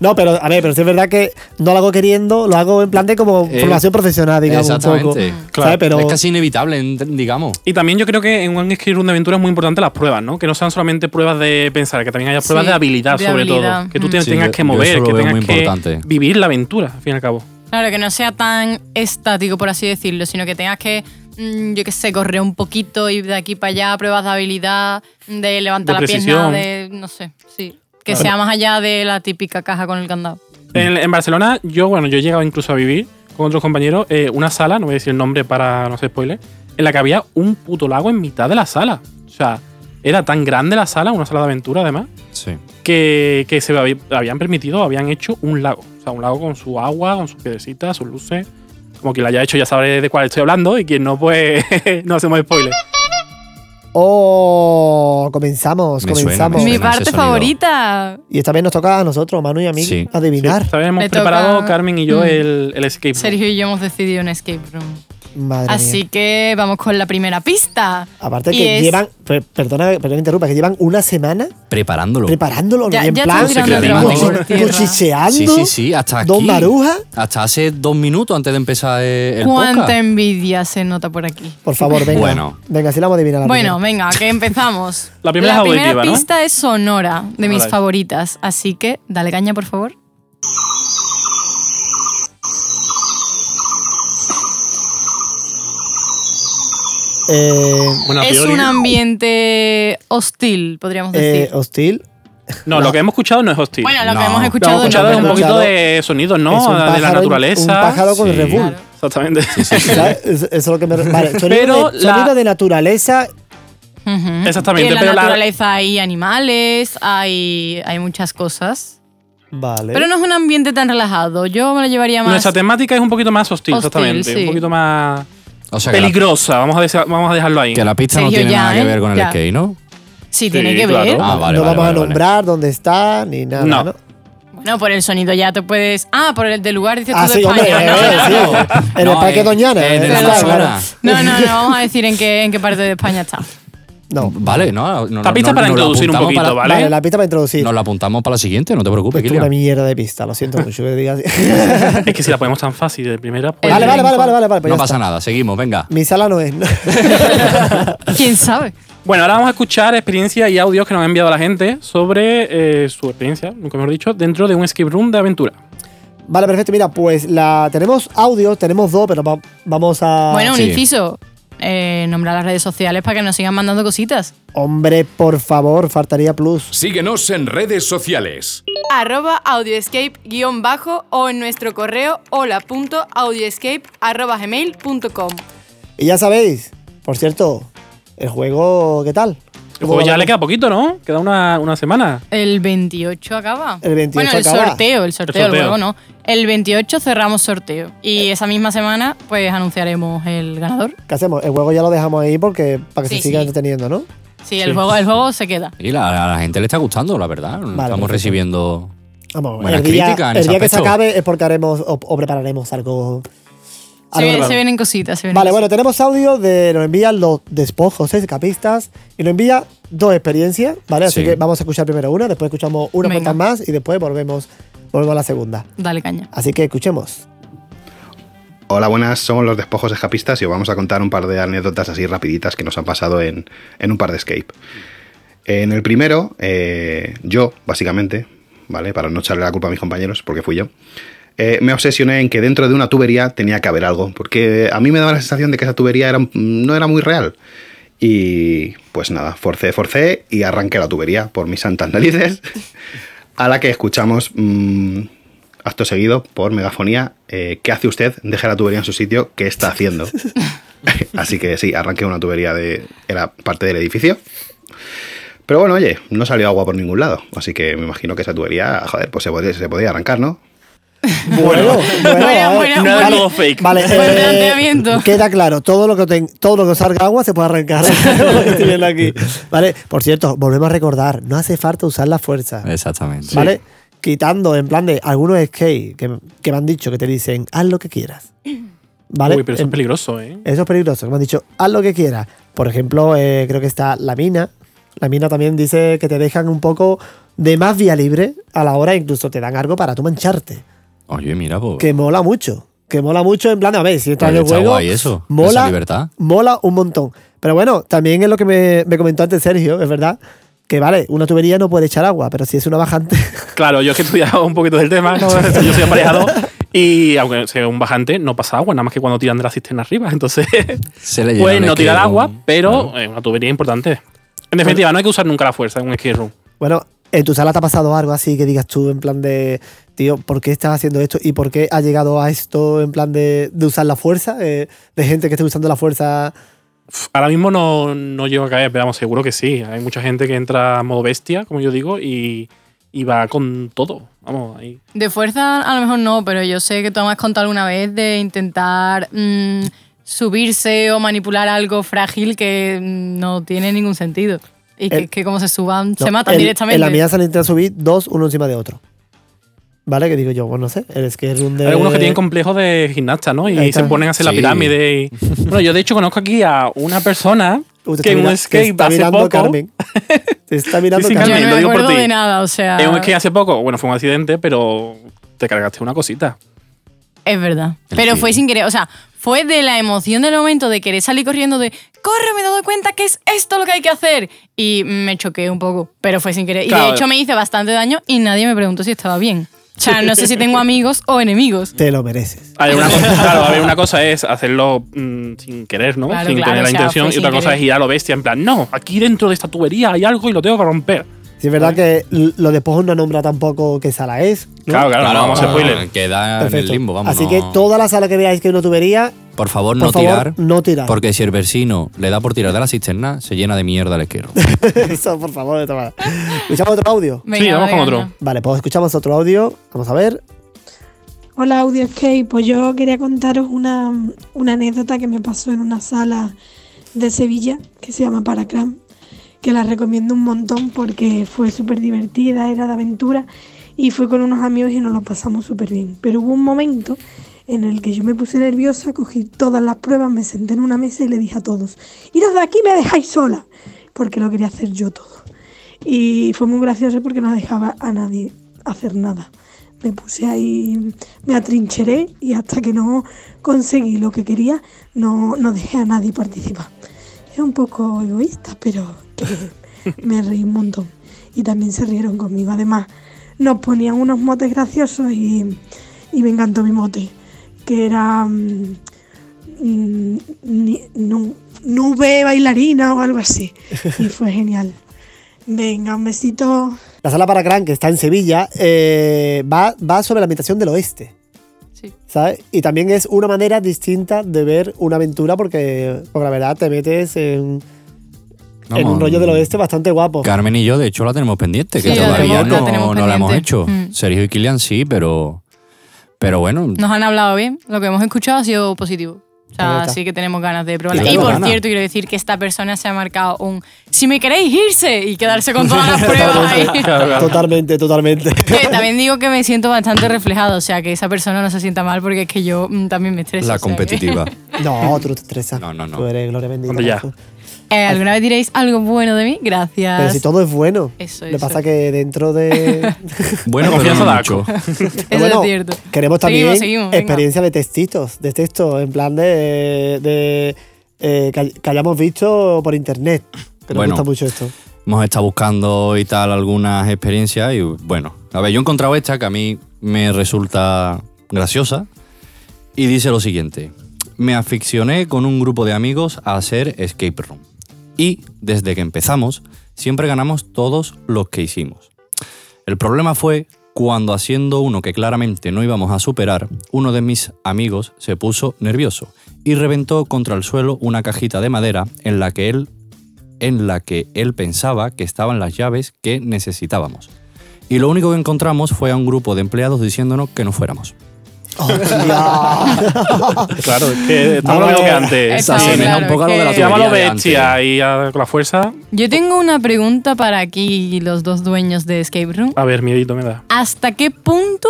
Speaker 3: No, pero a ver, pero sí es verdad que no lo hago queriendo, lo hago en plan de como
Speaker 4: Eh,
Speaker 3: formación profesional, digamos, un poco.
Speaker 4: exactamente.
Speaker 3: ¿Sabes?
Speaker 2: Claro.
Speaker 3: Pero
Speaker 4: Es casi inevitable, en- digamos.
Speaker 2: Y también yo creo que en un escape room de aventura es muy importante las pruebas, ¿no? Que no sean solamente pruebas de pensar, que también haya pruebas
Speaker 5: Sí,
Speaker 2: de habilidad,
Speaker 5: de
Speaker 2: sobre
Speaker 5: habilidad.
Speaker 2: todo. Que tú
Speaker 5: Mm.
Speaker 2: te
Speaker 4: Sí,
Speaker 2: tengas
Speaker 4: yo-
Speaker 2: que
Speaker 4: yo eso
Speaker 2: mover,
Speaker 4: lo
Speaker 2: que
Speaker 4: veo
Speaker 2: tengas
Speaker 4: muy
Speaker 2: que
Speaker 4: importante.
Speaker 2: vivir la aventura, al fin y al cabo.
Speaker 5: Claro, que no sea tan estático, por así decirlo, sino que tengas que, mm, yo qué sé, correr un poquito, ir de aquí para allá, pruebas de habilidad, de levantar
Speaker 2: De
Speaker 5: la pierna,
Speaker 2: precisión.
Speaker 5: de, no sé, sí. Que sea más allá de la típica caja con el candado.
Speaker 2: En, en Barcelona, yo, bueno, yo he llegado incluso a vivir con otros compañeros eh, una sala, no voy a decir el nombre para no ser spoiler, en la que había un puto lago en mitad de la sala. O sea, era tan grande la sala, una sala de aventura además,
Speaker 4: Sí.
Speaker 2: que, que se habí- habían permitido, habían hecho un lago. O sea, un lago con su agua, con sus piedrecitas, sus luces. Como quien lo haya hecho ya sabe de cuál estoy hablando y quien no, pues no hacemos spoiler.
Speaker 3: oh, comenzamos,
Speaker 4: Me suena,
Speaker 3: comenzamos.
Speaker 4: me
Speaker 5: Mi
Speaker 4: suena. ese
Speaker 5: parte
Speaker 4: sonido.
Speaker 5: favorita.
Speaker 3: Y esta vez nos toca a nosotros, Manu y a mí,
Speaker 4: Sí.
Speaker 2: Sí,
Speaker 3: adivinar.
Speaker 2: esta vez hemos
Speaker 5: Le
Speaker 2: preparado,
Speaker 5: toca-
Speaker 2: Carmen y yo,
Speaker 5: Mm.
Speaker 2: el, el escape room.
Speaker 5: Sergio y yo hemos decidido un escape room.
Speaker 3: Madre
Speaker 5: Así
Speaker 3: mía.
Speaker 5: que vamos con la primera pista.
Speaker 3: Aparte
Speaker 5: Ah, Y
Speaker 3: que
Speaker 5: es-
Speaker 3: llevan, per- perdona, perdona que interrumpa, que llevan una semana
Speaker 4: Preparándolo.
Speaker 3: preparándolo
Speaker 5: Ya-
Speaker 3: y en
Speaker 5: ya
Speaker 3: plan
Speaker 4: están tirando
Speaker 3: cu-
Speaker 4: trabajo por
Speaker 5: tierra.
Speaker 3: cuchicheando.
Speaker 4: sí, sí, sí, hasta aquí.
Speaker 3: Don Maruja.
Speaker 4: Hasta hace dos minutos antes de empezar eh, el
Speaker 5: Cuánta
Speaker 4: podcast.
Speaker 5: envidia se nota por aquí.
Speaker 3: Por favor, venga.
Speaker 4: Bueno.
Speaker 3: Venga, si la vamos a adivinar la
Speaker 5: Bueno,
Speaker 3: primera.
Speaker 5: venga, que empezamos.
Speaker 2: La primera es auditiva, ¿no?
Speaker 5: pista es Sonora, de mis
Speaker 2: Alright.
Speaker 5: favoritas. Así que dale caña, por favor.
Speaker 3: Eh,
Speaker 2: Una
Speaker 5: es
Speaker 2: violina.
Speaker 5: un ambiente hostil, podríamos decir.
Speaker 3: eh, hostil.
Speaker 2: No, lo que hemos escuchado no es hostil.
Speaker 5: bueno, lo
Speaker 4: no.
Speaker 5: que hemos
Speaker 4: Lo
Speaker 2: Lo que
Speaker 5: escuchado,
Speaker 2: hemos escuchado
Speaker 5: no,
Speaker 2: es un
Speaker 5: pero-
Speaker 2: poquito
Speaker 3: Escuchado
Speaker 2: de sonidos, ¿no?
Speaker 3: Es un
Speaker 2: de la
Speaker 3: pájaro-
Speaker 2: naturaleza.
Speaker 3: Un pájaro con
Speaker 4: Sí.
Speaker 3: Red Bull.
Speaker 5: Claro.
Speaker 2: Exactamente.
Speaker 3: ¿Sabes? Es- Eso es lo que me. Vale, sonido,
Speaker 2: Pero
Speaker 3: de,
Speaker 2: la-
Speaker 3: sonido de naturaleza.
Speaker 5: Ujú.
Speaker 2: Exactamente,
Speaker 5: Y en
Speaker 2: pero
Speaker 5: la
Speaker 2: la-
Speaker 5: naturaleza hay animales, hay, hay muchas cosas.
Speaker 3: Vale.
Speaker 5: Pero no es un ambiente tan relajado. Yo me lo llevaría más.
Speaker 2: Nuestra temática es un poquito más hostil,
Speaker 5: Hostil,
Speaker 2: exactamente.
Speaker 5: sí.
Speaker 2: Un poquito más
Speaker 4: O sea, que la,
Speaker 2: peligrosa. Vamos a, desa- vamos a dejarlo ahí.
Speaker 4: que la pista
Speaker 5: Sergio,
Speaker 4: no tiene
Speaker 5: ya,
Speaker 4: nada
Speaker 5: ¿eh?
Speaker 4: que ver con el
Speaker 5: Ya.
Speaker 4: skate, ¿no?
Speaker 5: sí, tiene
Speaker 2: Sí,
Speaker 5: que ver.
Speaker 2: claro.
Speaker 4: Ah, vale,
Speaker 3: no
Speaker 4: vale,
Speaker 3: vamos
Speaker 4: vale,
Speaker 3: a
Speaker 4: vale.
Speaker 3: nombrar dónde está ni nada.
Speaker 2: No.
Speaker 5: Bueno, por el sonido ya te puedes. Ah, por el del lugar, dices
Speaker 3: Ah,
Speaker 5: tú de
Speaker 3: sí, hombre.
Speaker 5: España.
Speaker 3: eh,
Speaker 5: No, no,
Speaker 3: sí,
Speaker 5: no.
Speaker 3: En el
Speaker 4: No,
Speaker 3: Parque
Speaker 4: en-
Speaker 3: Doñana.
Speaker 4: en
Speaker 3: eh,
Speaker 4: el
Speaker 3: está,
Speaker 4: Amazonas.
Speaker 3: claro.
Speaker 5: No, no, no, vamos a decir en qué, en qué parte de España está.
Speaker 3: No.
Speaker 4: Vale, no. no
Speaker 2: Esta pista
Speaker 4: no-
Speaker 2: para
Speaker 4: nos la
Speaker 2: introducir un
Speaker 4: apuntamos
Speaker 2: poquito,
Speaker 4: para-
Speaker 2: ¿vale?
Speaker 3: Vale, la pista para introducir.
Speaker 4: Nos la apuntamos para la siguiente, no te preocupes,
Speaker 3: Esto es una
Speaker 4: Kilian.
Speaker 3: mierda de pista, lo siento mucho que diga así.
Speaker 2: Es que si la ponemos tan fácil de primera, pues.
Speaker 3: vale, vale, vale, vale, vale, vale. pues
Speaker 4: No
Speaker 3: ya
Speaker 4: pasa
Speaker 3: está.
Speaker 4: nada, seguimos, venga.
Speaker 3: Mi sala no es.
Speaker 5: ¿Quién sabe?
Speaker 2: Bueno, ahora vamos a escuchar experiencias y audios que nos ha enviado la gente sobre eh, su experiencia, nunca mejor dicho, dentro de un escape room de aventura.
Speaker 3: Vale, perfecto. Mira, pues la tenemos audio, tenemos dos, pero va- vamos a.
Speaker 5: bueno, un
Speaker 4: sí.
Speaker 5: inciso. Eh, nombrar las redes sociales para que nos sigan mandando cositas.
Speaker 3: Hombre, por favor, faltaría plus.
Speaker 1: Síguenos en redes sociales.
Speaker 6: arroba audioescape-bajo o en nuestro correo hola.audioescape.gmail.com
Speaker 3: Y ya sabéis, por cierto, el juego, ¿qué tal?
Speaker 2: Pues ya le queda poquito, ¿no? Queda una, una semana.
Speaker 5: El 28 acaba.
Speaker 3: El 28
Speaker 5: bueno, el
Speaker 3: acaba.
Speaker 5: sorteo, el sorteo,
Speaker 2: El
Speaker 5: el
Speaker 2: sorteo.
Speaker 5: juego no. El 28 cerramos sorteo.
Speaker 3: Eh.
Speaker 5: Y esa misma semana, pues anunciaremos el ganador.
Speaker 3: ¿Qué hacemos? El juego ya lo dejamos ahí porque para que
Speaker 5: Sí,
Speaker 3: se siga
Speaker 5: sí.
Speaker 3: entreteniendo, ¿no?
Speaker 5: Sí, el,
Speaker 2: Sí.
Speaker 5: Juego, el juego se queda.
Speaker 4: Y la, a la gente le está gustando, la verdad. Estamos
Speaker 3: perfecto.
Speaker 4: recibiendo.
Speaker 3: Vamos,
Speaker 4: Buena
Speaker 3: el día,
Speaker 4: crítica en
Speaker 3: el
Speaker 4: ese
Speaker 3: día que se
Speaker 4: aspecto.
Speaker 3: acabe es porque haremos o, o prepararemos algo.
Speaker 5: Se,
Speaker 3: algo
Speaker 5: vienen-
Speaker 3: nuevo.
Speaker 5: se vienen cositas. se vienen
Speaker 3: Ah, Vale, bueno,
Speaker 5: cositas.
Speaker 3: tenemos audio de. Nos envían los despojos escapistas y nos envía dos experiencias, ¿vale? Así
Speaker 4: Sí.
Speaker 3: que vamos a escuchar primero una, después escuchamos una
Speaker 5: Venga.
Speaker 3: cuenta más y después volvemos, volvemos a la segunda.
Speaker 5: Dale caña.
Speaker 3: Así que escuchemos.
Speaker 7: Hola, buenas, somos los despojos escapistas y os vamos a contar un par de anécdotas así rapiditas que nos han pasado en, en un par de escape. En el primero, eh, yo, básicamente, ¿vale? Para no echarle la culpa a mis compañeros, porque fui yo, eh, me obsesioné en que dentro de una tubería tenía que haber algo, porque a mí me daba la sensación de que esa tubería era, no era muy real. Y pues nada, forcé, forcé y arranqué la tubería por mis santas narices, a la que escuchamos mm, acto seguido por megafonía, eh, ¿qué hace usted? Deje la tubería en su sitio, ¿qué está haciendo? Así que sí, arranqué una tubería de... era parte del edificio. Pero bueno, oye, no salió agua por ningún lado, así que me imagino que esa tubería, joder, pues se podía, se podía arrancar, ¿no?
Speaker 3: Bueno, bueno,
Speaker 5: Bueno,
Speaker 3: a ver.
Speaker 5: bueno,
Speaker 2: No era
Speaker 5: bueno.
Speaker 2: todo fake.
Speaker 3: Vale,
Speaker 5: Buen
Speaker 3: eh,
Speaker 5: planteamiento.
Speaker 3: queda claro, todo lo que ten- todo lo que os salga agua se puede arrancar. Lo que estoy viendo aquí. Vale, por cierto, volvemos a recordar, no hace falta usar la fuerza,
Speaker 2: Eh,
Speaker 4: Exactamente.
Speaker 3: ¿vale? Quitando en plan de algunos skate que, que me han dicho que te dicen, haz lo que quieras. ¿Vale?
Speaker 2: Uy, pero eso
Speaker 3: En-
Speaker 2: es peligroso, ¿eh?
Speaker 3: eso es peligroso, que me han dicho, haz lo que quieras. Por ejemplo, eh, creo que está la mina. La mina también dice que te dejan un poco de más vía libre a la hora, incluso te dan algo para tú mancharte.
Speaker 4: Oye, mira, pues.
Speaker 3: Que mola mucho. Que mola mucho en plan, a ver, si entras en
Speaker 4: Oye,
Speaker 3: el
Speaker 4: está
Speaker 3: juego.
Speaker 4: guay eso,
Speaker 3: Mola,
Speaker 4: esa libertad.
Speaker 3: mola un montón. Pero bueno, también es lo que me, me comentó antes Sergio, es verdad. Que vale, una tubería no puede echar agua, pero si es una bajante.
Speaker 2: Claro, yo es que he estudiado un poquito del tema, yo soy aparejado y aunque sea un bajante, no pasa agua, nada más que cuando tiran de la cisterna arriba, entonces
Speaker 4: Se le
Speaker 2: pues
Speaker 4: llena
Speaker 2: no
Speaker 4: el
Speaker 2: tirar
Speaker 4: esquema.
Speaker 2: agua, pero
Speaker 4: Claro.
Speaker 2: es una tubería importante. En definitiva, no hay que usar nunca la fuerza en un escape room.
Speaker 3: bueno, en tu sala te ha pasado algo así que digas tú, en plan de, tío, ¿por qué estás haciendo esto? ¿Y por qué ha llegado a esto en plan de, de usar la fuerza? Eh, de gente que esté usando la fuerza.
Speaker 2: Ahora mismo no, no llego a caer, pero vamos, seguro que sí. Hay mucha gente que entra a modo bestia, como yo digo, y, y va con todo. Vamos, ahí.
Speaker 5: De fuerza a lo mejor no, pero yo sé que tú me has contado alguna vez de intentar mm, subirse o manipular algo frágil que mm, no tiene ningún sentido. Y que,
Speaker 3: El-
Speaker 5: que como se suban, se
Speaker 3: No,
Speaker 5: matan
Speaker 3: en-
Speaker 5: directamente.
Speaker 3: En la mía se han intentado subir dos, uno encima de otro. ¿Vale? Que digo yo, bueno, no sé, el skate room de.
Speaker 2: Hay algunos que tienen complejos de gimnasta, ¿no?
Speaker 3: Eh. Ahí
Speaker 2: Y
Speaker 3: está.
Speaker 2: se ponen a hacer
Speaker 4: Sí.
Speaker 2: la pirámide. y- Bueno, yo de hecho conozco aquí a una persona
Speaker 3: Uy, te
Speaker 2: que en
Speaker 3: mira-
Speaker 2: un
Speaker 3: te
Speaker 2: skate
Speaker 3: está
Speaker 2: hace
Speaker 3: mirando
Speaker 2: poco.
Speaker 3: Carmen. Te está mirando
Speaker 2: Sí, sí,
Speaker 5: Yo
Speaker 3: Carmen.
Speaker 2: Carmen,
Speaker 5: no
Speaker 2: lo
Speaker 5: me
Speaker 2: digo por
Speaker 5: acuerdo
Speaker 2: ti.
Speaker 5: de nada, o sea.
Speaker 2: En un skate hace poco. Bueno, fue un accidente, pero te cargaste una cosita.
Speaker 5: Es verdad.
Speaker 4: El
Speaker 5: Pero
Speaker 4: que-
Speaker 5: fue sin querer. O sea, fue de la emoción del momento de querer salir corriendo de ¡Corre, me he dado cuenta que es esto lo que hay que hacer! Y me choqué un poco, pero fue sin querer. Y
Speaker 2: Claro.
Speaker 5: de hecho me hice bastante daño y nadie me preguntó si estaba bien. O sea, no sé si tengo amigos o enemigos.
Speaker 3: Te lo mereces.
Speaker 2: A ver, una cosa, claro, a ver, una cosa es hacerlo mm, sin querer, ¿no?
Speaker 5: Claro,
Speaker 2: sin
Speaker 5: claro,
Speaker 2: tener
Speaker 5: o
Speaker 2: la
Speaker 5: sea,
Speaker 2: intención.
Speaker 5: fue
Speaker 2: Y otra
Speaker 5: sin
Speaker 2: cosa es
Speaker 5: querer.
Speaker 2: ir a lo bestia, en plan, no, aquí dentro de esta tubería hay algo y lo tengo que romper.
Speaker 3: Sí, es verdad que l- lo de Pojos no nombra tampoco qué sala es. ¿no?
Speaker 2: Claro, claro, no vamos a
Speaker 4: claro,
Speaker 2: spoiler.
Speaker 4: Queda en el
Speaker 3: Perfecto.
Speaker 4: limbo, vamos.
Speaker 3: Así
Speaker 4: no.
Speaker 3: que toda la sala que veáis que hay una tubería,
Speaker 4: Por favor,
Speaker 3: por
Speaker 4: no
Speaker 3: favor,
Speaker 4: tirar.
Speaker 3: no tirar.
Speaker 4: Porque si el vecino le da por tirar de la cisterna, se llena de mierda el esquero.
Speaker 3: Eso, por favor, de otra manera. Escuchamos otro audio.
Speaker 5: Venga,
Speaker 2: Sí, vamos con
Speaker 5: venga.
Speaker 2: otro.
Speaker 3: Vale, pues escuchamos otro audio. Vamos a ver.
Speaker 8: Hola Audioscape, pues yo quería contaros una, una anécdota que me pasó en una sala de Sevilla que se llama Paracram, que la recomiendo un montón porque fue súper divertida, era de aventura y fue con unos amigos y nos lo pasamos súper bien. Pero hubo un momento en el que yo me puse nerviosa, cogí todas las pruebas, me senté en una mesa y le dije a todos, iros de aquí, me dejáis sola, porque lo quería hacer yo todo. Y fue muy gracioso porque no dejaba a nadie hacer nada. Me puse ahí, me atrincheré y hasta que no conseguí lo que quería, no, no dejé a nadie participar. Es un poco egoísta, pero que me reí un montón. Y también se rieron conmigo. Además, nos ponían unos motes graciosos y, y me encantó mi mote, que era mm, mm, ni- nu- nube bailarina o algo así. Y fue genial. Venga, un besito.
Speaker 3: La sala para Gran, que está en Sevilla, eh, va, va sobre la ambientación del oeste.
Speaker 5: Sí.
Speaker 3: ¿Sabes? Y también es una manera distinta de ver una aventura porque, porque la verdad te metes en, en
Speaker 4: Vamos,
Speaker 3: un rollo del oeste bastante guapo.
Speaker 4: Carmen y yo, de hecho, la tenemos pendiente, que
Speaker 5: Sí, la
Speaker 4: todavía
Speaker 5: tenemos- la
Speaker 4: no,
Speaker 5: tenemos
Speaker 4: no la hemos
Speaker 5: pendiente.
Speaker 4: hecho.
Speaker 5: Mm.
Speaker 4: Sergio y Kilian sí, pero. Pero bueno,
Speaker 5: Nos han hablado bien, lo que hemos escuchado ha sido positivo. O
Speaker 3: Ahí
Speaker 5: sea,
Speaker 3: está.
Speaker 5: sí que tenemos ganas de probarla.
Speaker 4: Claro,
Speaker 5: Y por
Speaker 4: ganas.
Speaker 5: cierto, quiero decir que esta persona se ha marcado un si me queréis irse y quedarse con todas las pruebas ahí.
Speaker 3: Totalmente, totalmente.
Speaker 5: Que también digo que me siento bastante reflejado, o sea, que esa persona no se sienta mal porque es que yo mm, también me estreso.
Speaker 4: la
Speaker 5: o sea que-
Speaker 4: competitiva.
Speaker 3: No, tú no te estresas.
Speaker 4: No, no, no.
Speaker 3: Tú eres gloria bendita.
Speaker 2: Hombre, ya.
Speaker 5: Eh, ¿Alguna vez diréis algo bueno de mí? Gracias.
Speaker 3: Pero si todo es bueno.
Speaker 5: Eso,
Speaker 3: Lo que
Speaker 5: eso.
Speaker 3: pasa que dentro de.
Speaker 4: Bueno,
Speaker 2: La
Speaker 4: pero
Speaker 2: confianza
Speaker 4: no
Speaker 2: da
Speaker 4: mucho.
Speaker 5: Eso
Speaker 3: Bueno,
Speaker 5: es cierto.
Speaker 3: Queremos también
Speaker 5: Seguimos, seguimos, venga.
Speaker 3: experiencia de textitos, de texto, en plan de, de, eh, que, que hayamos visto por internet. Que nos
Speaker 4: Bueno.
Speaker 3: gusta mucho esto.
Speaker 4: Hemos estado buscando y tal algunas experiencias y bueno. A ver, yo he encontrado esta que a mí me resulta graciosa y dice lo siguiente. Me aficioné con un grupo de amigos a hacer escape room y desde que empezamos siempre ganamos todos los que hicimos. El problema fue cuando haciendo uno que claramente no íbamos a superar, uno de mis amigos se puso nervioso y reventó contra el suelo una cajita de madera en la que él en la que él pensaba que estaban las llaves que necesitábamos. Y lo único que encontramos fue a un grupo de empleados diciéndonos que no fuéramos.
Speaker 2: Claro, es que estamos
Speaker 3: Vamos
Speaker 2: lo mismo que
Speaker 3: a-
Speaker 2: antes.
Speaker 5: Está
Speaker 4: Se
Speaker 5: bien,
Speaker 4: asemeja
Speaker 5: claro,
Speaker 4: un poco a lo
Speaker 5: es
Speaker 4: de la
Speaker 5: que-
Speaker 2: Se llama lo
Speaker 4: tubería de antes.
Speaker 2: bestia y a- con la fuerza.
Speaker 5: Yo tengo una pregunta para aquí los dos dueños de Escape Room.
Speaker 2: A ver, miedito me da.
Speaker 5: ¿Hasta qué punto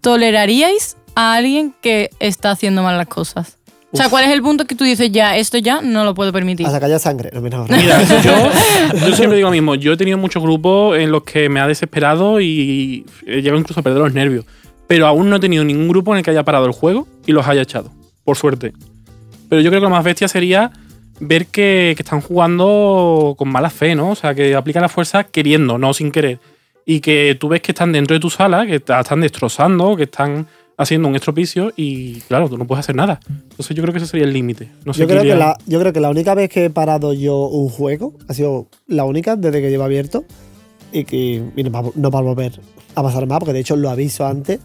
Speaker 5: toleraríais a alguien que está haciendo mal las cosas? O sea, ¿cuál es el punto que tú dices ya, esto ya no lo puedo permitir?
Speaker 3: Hasta que haya sangre. No, mira,
Speaker 2: Mira, yo, yo siempre digo lo mismo. Yo he tenido muchos grupos en los que me ha desesperado y he llegado incluso a perder los nervios. Pero aún no he tenido ningún grupo en el que haya parado el juego y los haya echado. Por suerte. Pero yo creo que lo más bestia sería ver que, que están jugando con mala fe, ¿no? O sea, que aplican la fuerza queriendo, no sin querer. Y que tú ves que están dentro de tu sala, que ta- están destrozando, que están haciendo un estropicio y, claro, tú no puedes hacer nada. Entonces yo creo que ese sería el límite. No sé
Speaker 3: yo,
Speaker 2: qué
Speaker 3: creo que
Speaker 2: diría.
Speaker 3: la, yo creo que la única vez que he parado yo un juego ha sido la única desde que llevo abierto y que y no, va, no va a volver a pasar más, porque de hecho lo aviso antes.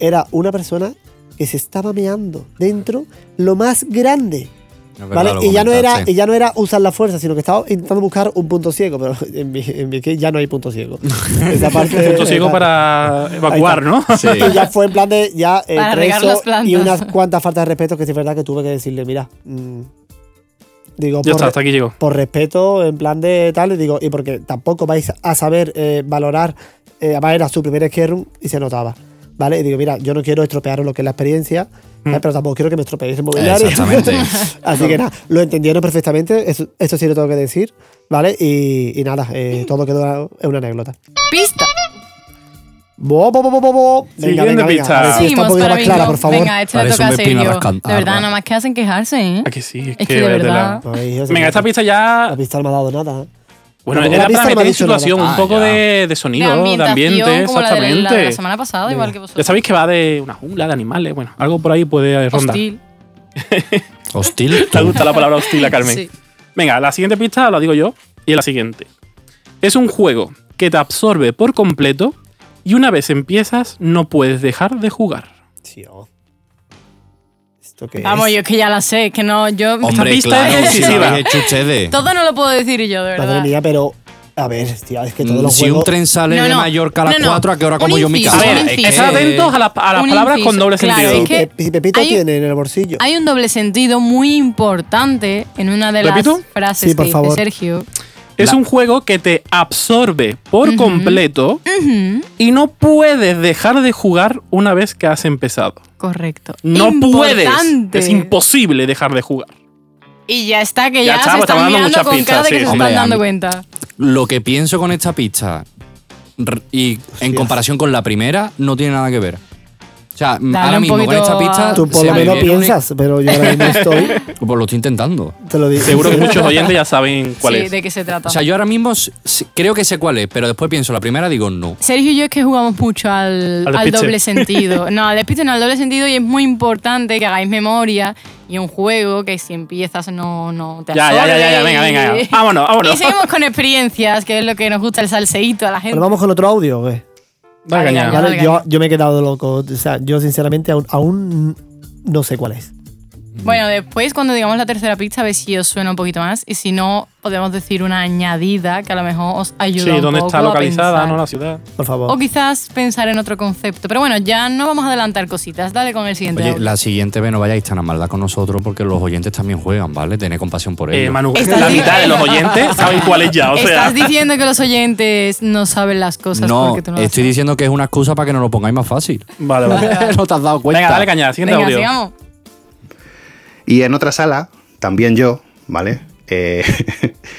Speaker 3: Era una persona que se estaba meando dentro lo más grande.
Speaker 4: Es verdad,
Speaker 3: ¿Vale?
Speaker 4: lo
Speaker 3: Y ya, no era,
Speaker 4: comentaste.
Speaker 3: y ya no era usar la fuerza, sino que estaba intentando buscar un punto ciego, pero en mi, en mi case ya no hay punto ciego. Esa parte.
Speaker 2: Punto ciego
Speaker 3: esa-
Speaker 2: para evacuar,
Speaker 3: Eh, Ahí
Speaker 2: ¿no?
Speaker 4: Sí.
Speaker 3: Y ya fue en plan de ya eh,
Speaker 5: Para regar
Speaker 3: preso
Speaker 5: las plantas.
Speaker 3: y unas cuantas faltas de respeto que sí es verdad que tuve que decirle, mira, mm, digo,
Speaker 2: Ya
Speaker 3: por,
Speaker 2: está, hasta aquí llegó.
Speaker 3: por respeto, en plan de tal, y digo, y porque tampoco vais a saber eh, valorar, eh, además era su primer esquerrum y se notaba. ¿vale? Y digo, mira, yo no quiero estropear lo que es la experiencia,
Speaker 2: Mm.
Speaker 3: ¿sabes? pero tampoco quiero que me estropeéis el mobiliario.
Speaker 4: Exactamente.
Speaker 3: Así que nada, lo entendieron perfectamente, eso, eso sí lo tengo que decir, ¿vale? Y, y nada, eh, todo quedó en una anécdota.
Speaker 5: ¡Pista!
Speaker 3: Bo, bo, bo, bo, bo, bo.
Speaker 2: Siguiente
Speaker 3: Venga, venga, venga.
Speaker 2: pista.
Speaker 3: A ver si está un
Speaker 5: Seguimos
Speaker 3: poquito
Speaker 5: para
Speaker 3: más
Speaker 5: mí.
Speaker 3: clara, por favor.
Speaker 5: Venga, este le
Speaker 4: Parece
Speaker 5: toca a
Speaker 4: un pepino
Speaker 5: Sergio.
Speaker 4: rascante.
Speaker 5: De
Speaker 4: Ah,
Speaker 5: verdad, nada más que hacen quejarse, ¿eh?
Speaker 2: ¿A Ah, que sí? Es,
Speaker 5: Es
Speaker 2: que,
Speaker 5: que de
Speaker 2: véatela.
Speaker 5: verdad.
Speaker 3: Ay, Dios,
Speaker 2: Venga, esta pista
Speaker 3: La
Speaker 2: ya.
Speaker 3: pista no me ha dado nada. ¿eh?
Speaker 2: Bueno,
Speaker 3: Tampoco
Speaker 2: era
Speaker 3: la pista
Speaker 2: para
Speaker 3: no me ha
Speaker 2: meter en
Speaker 3: dicho nada.
Speaker 2: situación un
Speaker 4: Ah,
Speaker 2: poco
Speaker 4: ya.
Speaker 2: de, de
Speaker 5: De
Speaker 2: sonido, de,
Speaker 5: ambientación
Speaker 2: ambiente,
Speaker 5: como la de la,
Speaker 2: exactamente.
Speaker 5: la semana pasada, igual que vosotros.
Speaker 2: ya sabéis que va de una jungla, de animales, bueno, algo por ahí puede rondar.
Speaker 5: Hostil.
Speaker 4: Hostil.
Speaker 2: ¿Te gusta la palabra hostil a Carmen?
Speaker 5: Sí.
Speaker 2: Venga, la siguiente pista la digo yo y es la siguiente. Es un juego que te absorbe por completo y una vez empiezas no puedes dejar de jugar. oh.
Speaker 3: Tío. ¿Esto qué
Speaker 5: Vamos,
Speaker 3: es?
Speaker 5: yo es que ya la sé, que no, yo...
Speaker 4: Hombre,
Speaker 2: pista
Speaker 4: claro,
Speaker 2: es
Speaker 4: si lo
Speaker 2: decisiva.
Speaker 4: habéis hecho ustedes.
Speaker 5: Todo no lo puedo decir yo, de verdad.
Speaker 3: Madre mía, pero. A ver, tío, es que todos los
Speaker 4: Mm, Si
Speaker 3: juegos.
Speaker 4: un tren sale
Speaker 5: No,
Speaker 4: de
Speaker 5: no.
Speaker 4: Mallorca a las
Speaker 5: No, no.
Speaker 4: 4, ¿a qué hora como
Speaker 5: Un
Speaker 4: yo en mi
Speaker 5: inciso,
Speaker 2: A
Speaker 4: casa?
Speaker 2: ver,
Speaker 5: un
Speaker 4: Es que-
Speaker 5: inciso.
Speaker 2: estad atentos a, las- a las
Speaker 5: Un
Speaker 2: palabras con
Speaker 5: inciso,
Speaker 2: doble
Speaker 5: claro,
Speaker 2: sentido.
Speaker 5: es que
Speaker 3: Pe- si Pepito
Speaker 5: hay-
Speaker 3: tiene en el bolsillo.
Speaker 5: Hay un doble sentido muy importante en una de las
Speaker 2: ¿Repito?
Speaker 5: frases
Speaker 3: Sí, por
Speaker 5: de, de
Speaker 3: favor.
Speaker 5: Sergio.
Speaker 2: Es un juego que te absorbe por completo
Speaker 5: Ujú,
Speaker 2: y no puedes dejar de jugar una vez que has empezado.
Speaker 5: Correcto.
Speaker 2: No puedes.
Speaker 5: Importante.
Speaker 2: Es imposible dejar de jugar.
Speaker 5: Y ya está, que
Speaker 2: Ya
Speaker 5: ya,
Speaker 2: está,
Speaker 5: se
Speaker 2: estamos
Speaker 5: están
Speaker 2: dando
Speaker 5: mirando
Speaker 2: muchas
Speaker 5: con
Speaker 2: pistas,
Speaker 5: cara de que
Speaker 2: sí,
Speaker 5: se
Speaker 4: sí.
Speaker 5: están
Speaker 4: Hombre,
Speaker 5: dando
Speaker 4: a mí-
Speaker 5: cuenta.
Speaker 4: Lo que pienso con esta pista r- y en comparación con la primera no tiene nada que ver. O sea, m-
Speaker 5: Dale
Speaker 4: ahora
Speaker 5: un
Speaker 4: mismo con
Speaker 5: poquito
Speaker 4: esta pista.
Speaker 5: a-
Speaker 3: Tú por
Speaker 4: se
Speaker 3: lo
Speaker 4: me
Speaker 3: menos
Speaker 4: viene un-
Speaker 3: piensas, pero yo ahora mismo estoy.
Speaker 4: Pues lo estoy intentando.
Speaker 3: Te lo digo.
Speaker 2: Seguro que muchos oyentes ya saben cuál
Speaker 5: sí,
Speaker 2: es.
Speaker 5: de qué se trata.
Speaker 4: O sea, yo ahora mismo s- s- creo que sé cuál es, pero después pienso la primera digo no.
Speaker 5: Sergio y yo es que jugamos mucho
Speaker 2: Al
Speaker 5: al, al
Speaker 2: despiste.
Speaker 5: doble sentido. No, al despiste no, al doble sentido y es muy importante que hagáis memoria y un juego que si empiezas no, no te
Speaker 2: Ya, ya, ya, ya, ya,
Speaker 5: absorbe
Speaker 2: venga, venga.
Speaker 5: y-
Speaker 2: ya. Vámonos, vámonos.
Speaker 5: Y seguimos con experiencias, que es lo que nos gusta el salseíto a la gente.
Speaker 3: Bueno, vamos con otro audio, ¿o qué?
Speaker 2: Dale caña.
Speaker 5: Vale,
Speaker 3: Vale,
Speaker 5: venga.
Speaker 3: yo, yo me he quedado loco. O sea, yo sinceramente aún, aún no sé cuál es.
Speaker 2: Mm.
Speaker 5: Bueno, después cuando digamos la tercera pista, a ver si os suena un poquito más. Y si no, podemos decir una añadida que a lo mejor os ayuda
Speaker 2: Sí,
Speaker 5: un
Speaker 2: ¿dónde
Speaker 5: poco
Speaker 2: está
Speaker 5: a
Speaker 2: localizada?
Speaker 5: pensar.
Speaker 2: ¿No? La ciudad.
Speaker 3: Por favor.
Speaker 5: O quizás pensar en otro concepto. Pero bueno, ya no vamos a adelantar cositas. Dale con el siguiente.
Speaker 4: Oye,
Speaker 5: audio.
Speaker 4: la siguiente vez no vayáis tan a maldad con nosotros porque los oyentes también juegan, ¿vale? Tened compasión por ellos.
Speaker 2: Eh, Manu,
Speaker 5: Estás
Speaker 2: la
Speaker 5: bien.
Speaker 2: mitad de los oyentes saben cuál es ya. O sea,
Speaker 5: Estás diciendo que los oyentes no saben las cosas
Speaker 4: no,
Speaker 5: porque tú no las
Speaker 4: estoy
Speaker 5: sabes.
Speaker 4: diciendo que es una excusa para que nos lo pongáis más fácil.
Speaker 2: vale, vale.
Speaker 4: no te has dado cuenta.
Speaker 2: Venga, dale caña, siguiente
Speaker 5: Venga,
Speaker 2: audio.
Speaker 5: sigamos.
Speaker 7: Y en otra sala, también yo, ¿vale? Eh,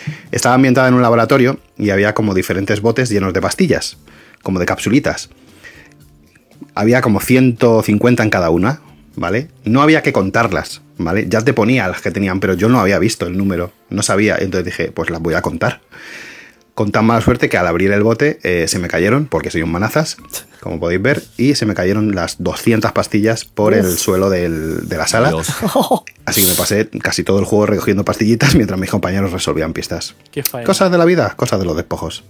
Speaker 7: estaba ambientada en un laboratorio y había como diferentes botes llenos de pastillas, como de capsulitas. Había como 150 en cada una, ¿vale? No había que contarlas, ¿vale? Ya te ponía las que tenían, pero yo no había visto el número, no sabía. Entonces dije, pues las voy a contar. Con tan mala suerte que al abrir el bote eh, se me cayeron, porque soy un manazas, como podéis ver, y se me cayeron las 200 pastillas por el suelo del- de la sala.
Speaker 4: Dios.
Speaker 7: Así que me pasé casi todo el juego recogiendo pastillitas mientras mis compañeros resolvían pistas.
Speaker 2: Qué faena.
Speaker 7: Cosas de la vida, cosas de los despojos.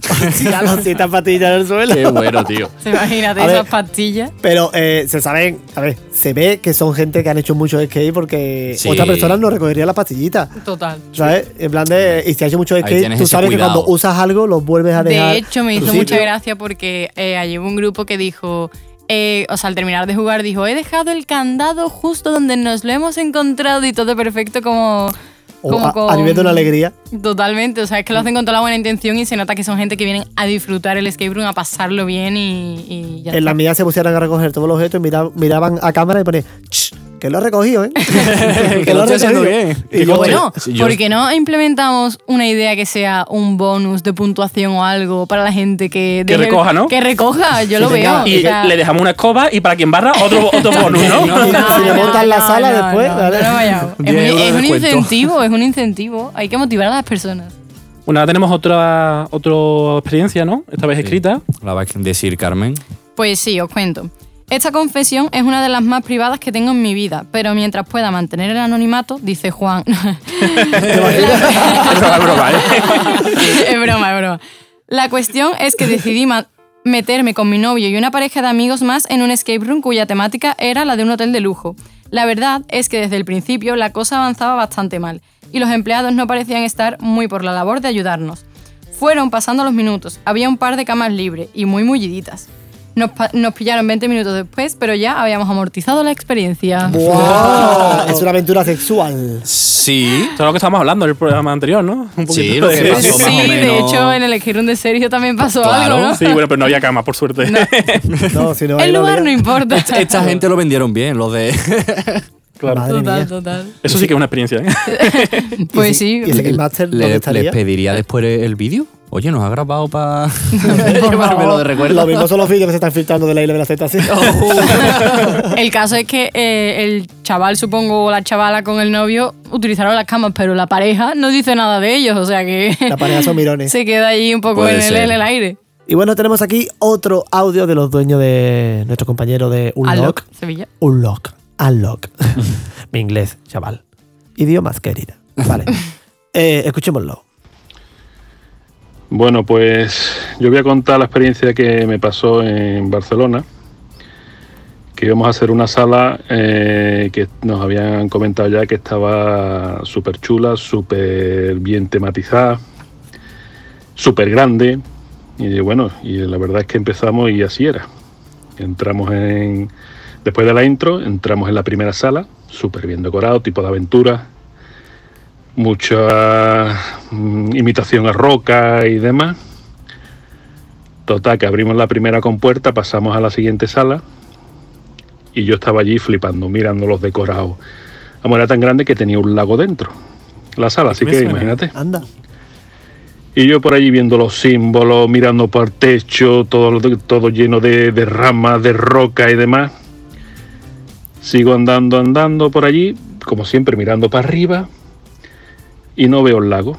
Speaker 3: ya lo sientas patillas en el suelo.
Speaker 4: Qué bueno, tío.
Speaker 5: Imagínate
Speaker 3: A ver.
Speaker 5: esas pastillas.
Speaker 3: Pero eh, se saben, a ver, se ve que son gente que han hecho mucho skate porque
Speaker 4: Sí.
Speaker 3: otra persona no recogería las pastillitas.
Speaker 5: Total.
Speaker 3: ¿Sabes? En plan de. Y si has hecho mucho skate,
Speaker 4: tienes
Speaker 3: tú
Speaker 4: ese
Speaker 3: sabes que
Speaker 4: cuidado.
Speaker 3: cuando usas algo lo vuelves a dejar.
Speaker 5: De hecho, me
Speaker 3: en
Speaker 5: hizo
Speaker 3: tu
Speaker 5: mucha
Speaker 3: sitio.
Speaker 5: gracia porque eh, allí hubo un grupo que dijo, eh, o sea, al terminar de jugar, dijo, he dejado el candado justo donde nos lo hemos encontrado y todo perfecto como...
Speaker 3: O
Speaker 5: como
Speaker 3: a-
Speaker 5: con-
Speaker 3: a nivel de una alegría.
Speaker 5: Totalmente, o sea, es que lo hacen con toda la buena intención y se nota que son gente que vienen a disfrutar el escape room, a pasarlo bien y, y ya.
Speaker 3: En la mía se pusieron a recoger todos los objetos y mira- miraban a cámara y ponían, "Ch, que lo he recogido, ¿eh?
Speaker 4: Que lo estoy haciendo
Speaker 3: recogido".
Speaker 4: bien.
Speaker 3: Y yo,
Speaker 5: Bueno,
Speaker 4: Sí, yo-
Speaker 5: ¿por qué no implementamos una idea que sea un bonus de puntuación o algo para la gente que...
Speaker 2: Que
Speaker 5: deje-
Speaker 2: recoja, ¿no?
Speaker 5: Que recoja, yo lo
Speaker 3: tenga-
Speaker 5: veo.
Speaker 2: Y
Speaker 5: o sea-
Speaker 2: le dejamos una escoba y para quien barra otro, otro bonus, ¿no?
Speaker 3: No, Si le montas la sala después,
Speaker 5: no,
Speaker 3: dale.
Speaker 5: no lo vayamos. es, un,
Speaker 4: 10 euros
Speaker 5: es un
Speaker 4: de descuento.
Speaker 5: incentivo, es un incentivo. Hay que motivar a las personas.
Speaker 2: Bueno, ahora tenemos otra, otra experiencia, ¿no? Esta vez escrita.
Speaker 4: La vas a decir, Carmen.
Speaker 5: Pues sí, os cuento. Esta confesión es una de las más privadas que tengo en mi vida, pero mientras pueda mantener el anonimato, dice Juan.
Speaker 2: es broma, es broma, ¿eh?
Speaker 5: es broma, es broma. La cuestión es que decidí ma- meterme con mi novio y una pareja de amigos más en un escape room cuya temática era la de un hotel de lujo. La verdad es que desde el principio la cosa avanzaba bastante mal y los empleados no parecían estar muy por la labor de ayudarnos. Fueron pasando los minutos, había un par de camas libres y muy mulliditas. Nos, pa- nos pillaron 20 minutos después, pero ya habíamos amortizado la experiencia.
Speaker 3: ¡Wow! es una aventura sexual.
Speaker 9: Sí.
Speaker 2: Eso es lo que estábamos hablando en el programa anterior, ¿no? Un poquito
Speaker 9: Sí, lo que
Speaker 2: de-
Speaker 9: pasó
Speaker 5: sí,
Speaker 9: más o
Speaker 5: de
Speaker 9: menos.
Speaker 5: hecho, en el escape room de Sergio también pasó
Speaker 9: Claro,
Speaker 5: algo, ¿no?
Speaker 2: Sí, bueno, pero no había cama, por suerte.
Speaker 3: No, si no, ahí
Speaker 5: El
Speaker 3: lo
Speaker 5: lugar no
Speaker 3: lía.
Speaker 5: importa.
Speaker 9: Esta gente lo vendieron bien, los de.
Speaker 2: Claro.
Speaker 3: Madre mía.
Speaker 5: Total, total.
Speaker 2: Eso sí que es una experiencia, ¿eh?
Speaker 5: Pues sí.
Speaker 3: ¿Y ese Game Master
Speaker 9: Le-
Speaker 3: dónde
Speaker 9: ¿Les
Speaker 3: estaría?
Speaker 9: pediría después el vídeo? Oye, nos ha grabado para llevármelo de recuerdo.
Speaker 3: Lo mismo son los vídeos que se están filtrando de la isla de la Z, sí.
Speaker 4: Oh.
Speaker 5: El caso es que eh, el chaval, supongo, o la chavala con el novio utilizaron las camas, pero la pareja no dice nada de ellos, o sea que
Speaker 3: La pareja son mirones.
Speaker 5: se queda ahí un poco
Speaker 9: Puede
Speaker 5: en el,
Speaker 9: ser.
Speaker 5: en el aire.
Speaker 3: Y bueno, tenemos aquí otro audio de los dueños de nuestro compañero de Unlock.
Speaker 5: Unlock, Sevilla.
Speaker 3: Unlock. Unlock. Mi inglés, chaval. Idiomas, querida. Vale. Eh, escuchémoslo.
Speaker 4: Bueno, pues yo voy a contar la experiencia que me pasó en Barcelona, que íbamos a hacer una sala eh, que nos habían comentado ya que estaba súper chula, súper bien tematizada, súper grande, y yo, bueno, y la verdad es que empezamos y así era. Entramos en, después de la intro, entramos en la primera sala, súper bien decorado, tipo de aventura, mucha mm, imitación a roca y demás. Total, que abrimos la primera compuerta, pasamos a la siguiente sala y yo estaba allí flipando, mirando los decorados. Amor, era tan grande que tenía un lago dentro, la sala, así
Speaker 2: Me
Speaker 4: que
Speaker 2: suena.
Speaker 4: imagínate.
Speaker 3: Anda.
Speaker 4: Y yo por allí viendo los símbolos, mirando por el techo, todo, lo de- todo lleno de, de ramas, de roca y demás. Sigo andando, andando por allí, como siempre mirando para arriba y no veo el lago.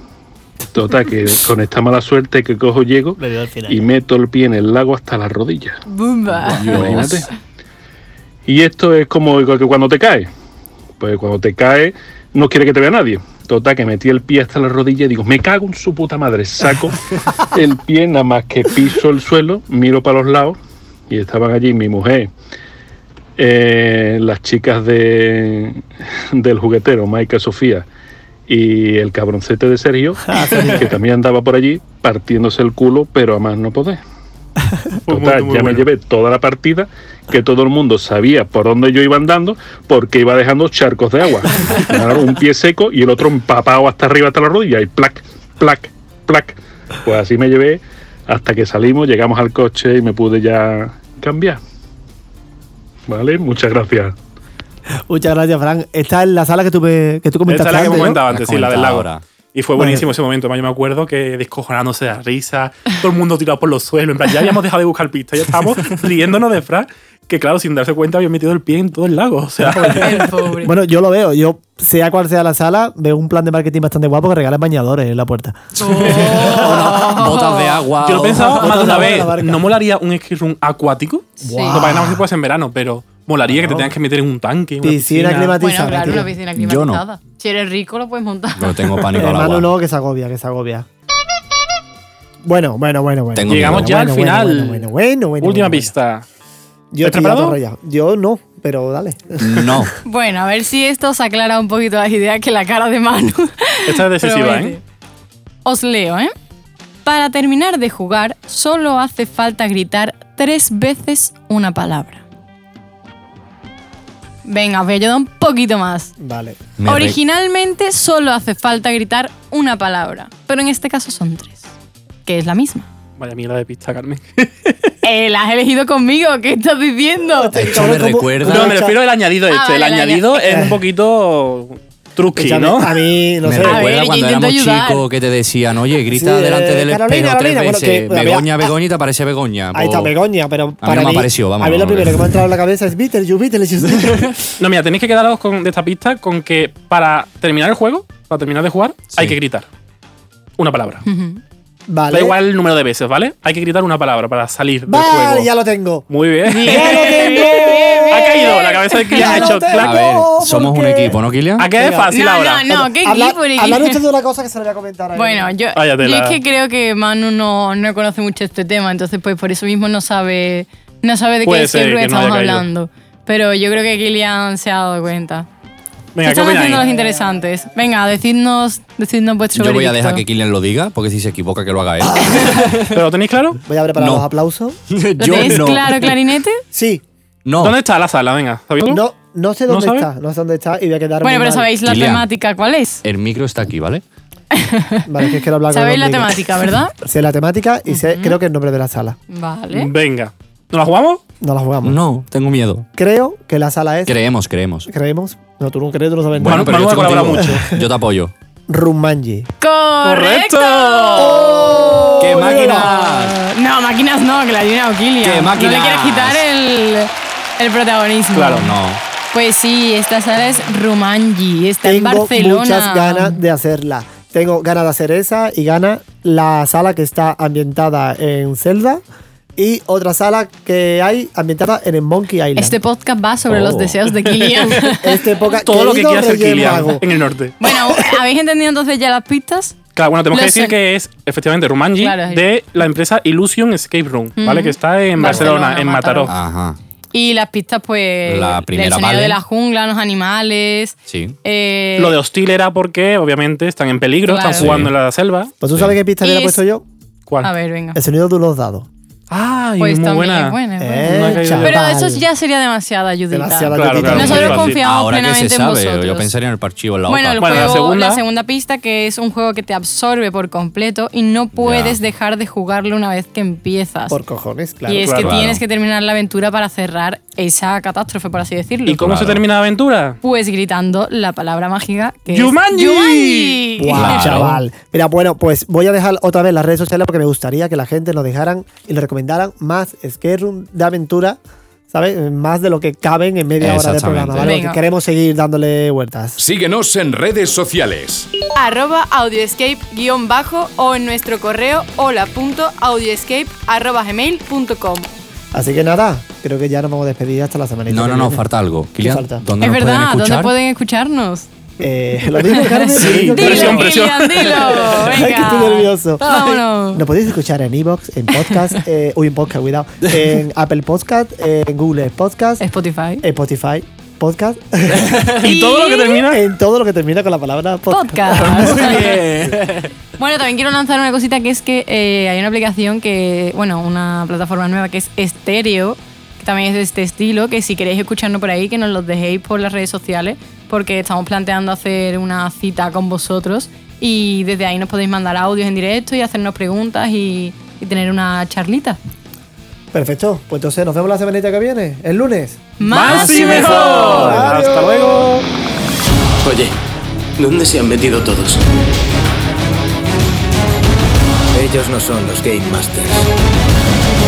Speaker 4: Total, que con esta mala suerte que cojo llego
Speaker 3: Me veo al final.
Speaker 4: y meto el pie en el lago hasta las rodillas.
Speaker 5: Bumba. Oh.
Speaker 4: Imagínate. Y esto es como que cuando te caes. Pues cuando te caes, no quiere que te vea nadie. Total, que metí el pie hasta la rodilla y digo, me cago en su puta madre. Saco el pie, nada más que piso el suelo, miro para los lados y estaban allí mi mujer, eh, las chicas de, del juguetero, Maika Sofía, y el cabroncete de Sergio, que también andaba por allí partiéndose el culo, pero a más no poder. Total, ya me llevé toda la partida, que todo el mundo sabía por dónde yo iba andando, porque iba dejando charcos de agua. Claro, un pie seco y el otro empapado hasta arriba, hasta la rodilla, y plac, plac, plac. Pues así me llevé hasta que salimos, llegamos al coche y me pude ya cambiar. Vale, muchas gracias.
Speaker 3: Muchas gracias, Fran. Esta es la sala que tú, me- que tú
Speaker 2: Esa
Speaker 3: comentaste
Speaker 2: es la que
Speaker 3: antes, ¿no?
Speaker 2: comentaba antes,
Speaker 9: La
Speaker 2: sí, la del
Speaker 9: comentaba
Speaker 2: lago.
Speaker 9: ahora.
Speaker 2: Y fue buenísimo ese momento. además, Yo me acuerdo que descojonándose de la risa, todo el mundo tirado por los suelos. En plan, ya habíamos dejado de buscar pistas, ya estábamos riéndonos de Fran, que claro, sin darse cuenta había metido el pie en todo el lago. O sea,
Speaker 5: El pobre.
Speaker 3: Bueno, yo lo veo. Yo, sea cual sea la sala, veo un plan de marketing bastante guapo que regalen bañadores en la puerta. Oh,
Speaker 9: Botas de agua.
Speaker 2: yo lo
Speaker 9: o-
Speaker 2: he pensado
Speaker 3: Botas
Speaker 2: más de
Speaker 3: de
Speaker 2: una
Speaker 3: agua en
Speaker 2: vez.
Speaker 3: la barca.
Speaker 2: ¿No molaría un escape room acuático?
Speaker 5: Sí.
Speaker 2: No, para nada más que puedas en verano, pero molaría que te tengas que meter en un tanque. una
Speaker 3: Piscina
Speaker 5: Bueno,
Speaker 3: climatizada.
Speaker 5: claro,
Speaker 3: tío.
Speaker 5: una piscina
Speaker 9: Yo no.
Speaker 5: climatizada. Si eres rico, lo puedes montar.
Speaker 9: No tengo pánico al
Speaker 3: Hermano,
Speaker 9: agua.
Speaker 3: no, que se agobia, que se agobia. Bueno, bueno, bueno, bueno.
Speaker 9: Tengo
Speaker 2: Llegamos
Speaker 9: miedo.
Speaker 2: ya al
Speaker 3: Bueno,
Speaker 2: final.
Speaker 3: bueno, bueno, bueno, bueno,
Speaker 2: Última
Speaker 3: bueno.
Speaker 2: pista. ¿Estás
Speaker 3: Yo estoy ya
Speaker 2: preparado?
Speaker 3: atorrayado. Yo no, pero dale.
Speaker 9: No.
Speaker 5: Bueno, a ver si esto os aclara un poquito las ideas que la cara de Manu.
Speaker 2: Esta es decisiva,
Speaker 5: promete.
Speaker 2: ¿eh?
Speaker 5: Os leo, ¿eh? Para terminar de jugar, solo hace falta gritar tres veces una palabra. Venga, os voy a ayudar un poquito más.
Speaker 3: Vale.
Speaker 9: Me re-
Speaker 5: Originalmente solo hace falta gritar una palabra, pero en este caso son tres, que es la misma.
Speaker 2: Vaya mierda de pista, Carmen.
Speaker 5: Eh, ¿La has elegido conmigo? ¿Qué estás diciendo?
Speaker 9: Esto me
Speaker 3: Cabrón, ¿cómo-
Speaker 9: recuerda.
Speaker 2: No, me refiero al añadido este.
Speaker 5: vale,
Speaker 2: el
Speaker 5: vale.
Speaker 2: añadido es un poquito truqui,
Speaker 3: Escúchame,
Speaker 2: ¿no?
Speaker 3: A mí, no
Speaker 9: me
Speaker 3: sé.
Speaker 9: recuerda
Speaker 5: A ver, yo
Speaker 9: cuando
Speaker 5: intento
Speaker 9: éramos
Speaker 5: ayudar.
Speaker 9: chicos que te decían, oye, grita
Speaker 3: Sí, eh,
Speaker 9: delante del
Speaker 3: Carolina,
Speaker 9: espejo tres
Speaker 3: Carolina, bueno,
Speaker 9: veces.
Speaker 3: que-
Speaker 9: Begoña,
Speaker 3: ah,
Speaker 9: Begoña y te parece Begoña.
Speaker 3: Ahí
Speaker 9: po-
Speaker 3: está Begoña, pero
Speaker 9: A
Speaker 3: para
Speaker 9: mí no me apareció, vamos.
Speaker 3: A mí lo
Speaker 9: no me-
Speaker 3: primero que me ha entrado en la cabeza es Bitter, you Bitter, you
Speaker 2: No, mira, tenéis que quedaros con, de esta pista con que para terminar el juego, para terminar de jugar, hay que gritar. Una palabra.
Speaker 3: Vale.
Speaker 2: Da igual el número de veces, ¿vale? Hay que gritar una palabra para salir del
Speaker 3: Vale,
Speaker 2: juego.
Speaker 3: ya lo tengo.
Speaker 2: Muy bien.
Speaker 3: ¡Ya lo tengo!
Speaker 2: ha caído la cabeza de Kylian.
Speaker 3: Ya
Speaker 2: Ha
Speaker 3: lo
Speaker 2: hecho
Speaker 9: A
Speaker 3: tengo.
Speaker 2: clac.
Speaker 9: ver,
Speaker 3: No,
Speaker 9: somos un
Speaker 3: porque-
Speaker 9: equipo, ¿no, Kilian?
Speaker 2: ¿A qué es fácil
Speaker 5: No,
Speaker 2: ahora?
Speaker 5: no, no, qué
Speaker 3: Habla-
Speaker 5: equipo, Ricky.
Speaker 3: Hablar usted de una cosa que se lo voy a comentar ahí.
Speaker 5: Bueno, yo,
Speaker 2: Váyatela.
Speaker 5: yo es que creo que Manu no, no conoce mucho este tema, entonces pues por eso mismo no sabe, no sabe de
Speaker 2: Puede
Speaker 5: qué
Speaker 2: ser
Speaker 5: siempre
Speaker 2: que no
Speaker 5: estamos
Speaker 2: haya caído.
Speaker 5: hablando. Pero yo creo que Kilian se ha dado cuenta. Se están haciendo los interesantes. Venga, decidnos, decidnos vuestro
Speaker 4: Yo voy a
Speaker 5: veredicto.
Speaker 4: dejar que Kylian lo diga, porque si se equivoca, que lo haga él.
Speaker 2: ¿Pero lo tenéis claro?
Speaker 3: Voy a preparar
Speaker 4: No.
Speaker 3: los aplausos.
Speaker 5: ¿Lo
Speaker 4: Yo
Speaker 5: tenéis
Speaker 4: no.
Speaker 5: claro, clarinete?
Speaker 3: Sí.
Speaker 4: No.
Speaker 2: ¿Dónde está la sala? Venga, ¿sabéis tú?
Speaker 3: No, no sé
Speaker 2: ¿No
Speaker 3: dónde
Speaker 2: sabe?
Speaker 3: está. No sé dónde está y voy a quedar
Speaker 5: Bueno,
Speaker 3: muy
Speaker 5: pero
Speaker 3: mal.
Speaker 5: sabéis la
Speaker 4: Kilian.
Speaker 5: temática, ¿cuál es?
Speaker 4: El micro está aquí, ¿vale?
Speaker 3: Vale, que es que lo hablaba con
Speaker 5: Sabéis la
Speaker 3: Rodrigo.
Speaker 5: temática, ¿verdad?
Speaker 3: Sé la temática y sé, creo que el nombre de la sala.
Speaker 5: Vale.
Speaker 2: Venga. ¿Nos la jugamos?
Speaker 3: No la jugamos.
Speaker 4: No, tengo miedo.
Speaker 3: Creo que la sala es.
Speaker 4: Creemos, creemos.
Speaker 3: creemos. No, tú no crees, tú no sabes
Speaker 2: Bueno,
Speaker 3: nada.
Speaker 2: Manu
Speaker 4: estoy
Speaker 2: ha colaborado
Speaker 4: contigo. Yo te apoyo.
Speaker 3: Rumanji.
Speaker 5: ¡Correcto!
Speaker 2: ¡Oh!
Speaker 4: ¡Qué máquina!
Speaker 5: No, máquinas no, que la adivina O'Killian.
Speaker 4: ¡Qué
Speaker 5: No
Speaker 4: máquinas!
Speaker 5: le quieres quitar el, el protagonismo.
Speaker 4: Claro, no.
Speaker 5: Pues sí, esta sala es Rumanji, está en
Speaker 3: Tengo
Speaker 5: Barcelona.
Speaker 3: muchas ganas de hacerla. Tengo ganas de hacer esa y gana la sala que está ambientada en Zelda y otra sala que hay ambientada en el Monkey Island.
Speaker 5: Este podcast va sobre
Speaker 4: Oh.
Speaker 5: los deseos de Kilian.
Speaker 3: Este poca-
Speaker 2: Todo lo que
Speaker 3: querido
Speaker 2: quiera hacer
Speaker 3: Reyes
Speaker 2: Kilian
Speaker 3: Mago.
Speaker 2: en el norte.
Speaker 5: bueno, ¿habéis entendido entonces ya las pistas?
Speaker 2: Claro, bueno, tenemos
Speaker 5: Lo
Speaker 2: que decir
Speaker 5: sé.
Speaker 2: que es efectivamente Rumanji
Speaker 5: Claro, sí.
Speaker 2: de la empresa Illusion Escape Room, ¿vale? Que está en Barcelona,
Speaker 5: Barcelona,
Speaker 2: en
Speaker 5: Mataró.
Speaker 2: Mataró.
Speaker 4: Ajá.
Speaker 5: Y las pistas, pues.
Speaker 4: La primera,
Speaker 5: del sonido
Speaker 4: vale.
Speaker 5: de la jungla, los animales.
Speaker 4: Sí.
Speaker 5: eh,
Speaker 2: Lo de hostil era porque, obviamente, están en peligro,
Speaker 5: Claro.
Speaker 2: están jugando en la selva.
Speaker 3: Pues tú sabes qué pista
Speaker 5: Y
Speaker 3: le he
Speaker 5: es-
Speaker 3: puesto yo.
Speaker 2: ¿Cuál?
Speaker 5: A ver, venga.
Speaker 3: El sonido de los dados.
Speaker 2: Ay,
Speaker 5: Pues
Speaker 2: muy
Speaker 5: también
Speaker 2: buena.
Speaker 5: es buena, es buena.
Speaker 3: Eh,
Speaker 2: No he caído.
Speaker 3: chaval.
Speaker 5: Pero eso ya sería demasiada ayudita.
Speaker 3: Demasiada
Speaker 2: Claro,
Speaker 3: ayudita.
Speaker 2: claro,
Speaker 5: Nosotros
Speaker 2: muy fácil.
Speaker 5: confiamos
Speaker 4: Ahora que
Speaker 5: plenamente
Speaker 4: se sabe,
Speaker 5: en vosotros.
Speaker 4: yo pensaría en el parchivo en la
Speaker 5: Bueno,
Speaker 4: otra.
Speaker 5: el
Speaker 2: Bueno, la
Speaker 5: juego, la
Speaker 2: segunda-
Speaker 5: segunda. pista, que es un juego que te absorbe por completo y no puedes
Speaker 4: Ya.
Speaker 5: dejar de jugarlo una vez que empiezas.
Speaker 3: Por cojones, claro.
Speaker 5: y es
Speaker 2: claro.
Speaker 5: que
Speaker 4: Claro.
Speaker 5: tienes que terminar la aventura para cerrar esa catástrofe, por así decirlo.
Speaker 2: ¿Y cómo se
Speaker 4: Claro.
Speaker 2: termina la aventura?
Speaker 5: Pues gritando la palabra mágica que
Speaker 2: ¡Yumanji!
Speaker 5: es ¡Yumanji!
Speaker 3: Guau,
Speaker 4: Claro.
Speaker 3: chaval. Mira, bueno, pues voy a dejar otra vez las redes sociales porque me gustaría que la gente nos dejaran y nos recomendaran más escape room de aventura, ¿sabes? Más de lo que caben en media hora de
Speaker 4: Exactamente.
Speaker 3: programa, ¿vale?
Speaker 5: Venga.
Speaker 3: Porque queremos seguir dándole vueltas.
Speaker 1: Síguenos en redes sociales.
Speaker 6: arroba audioescape-bajo o en nuestro correo hola.audioescape.gmail.com
Speaker 3: Así que nada, creo que ya nos vamos a despedir hasta la semanita.
Speaker 4: No,
Speaker 3: que
Speaker 4: no, no,
Speaker 3: viene.
Speaker 4: falta algo. Kilian,
Speaker 3: falta?
Speaker 4: ¿dónde
Speaker 5: Es
Speaker 4: nos pueden
Speaker 5: verdad, ¿dónde
Speaker 4: escuchar?
Speaker 5: pueden escucharnos?
Speaker 3: Eh, lo digo, Carmen. Lo digo, Carmen.
Speaker 2: Presión,
Speaker 5: Dilo,
Speaker 2: presión.
Speaker 5: Kilian, dilo.
Speaker 3: Ay,
Speaker 5: Venga.
Speaker 3: que estoy nervioso.
Speaker 5: Vámonos.
Speaker 3: Lo podéis escuchar en Evox, en podcast, eh, uy, en podcast, cuidado, en Apple Podcast, en Google Podcast,
Speaker 5: Spotify.
Speaker 3: en Eh, Spotify Podcast,
Speaker 2: Y todo lo que termina.
Speaker 3: en todo lo que termina con la palabra podcast.
Speaker 5: podcast. bueno, también quiero lanzar una cosita que es que eh, hay una aplicación que, bueno, una plataforma nueva que es Stereo, que también es de este estilo, que si queréis escucharnos por ahí, que nos los dejéis por las redes sociales, porque estamos planteando hacer una cita con vosotros y desde ahí nos podéis mandar audios en directo y hacernos preguntas y, y tener una charlita.
Speaker 3: Perfecto, pues entonces nos vemos la semanita que viene, el lunes.
Speaker 2: ¡Más y mejor! ¡Hasta luego!
Speaker 10: Oye, ¿dónde se han metido todos? Ellos no son los Game Masters.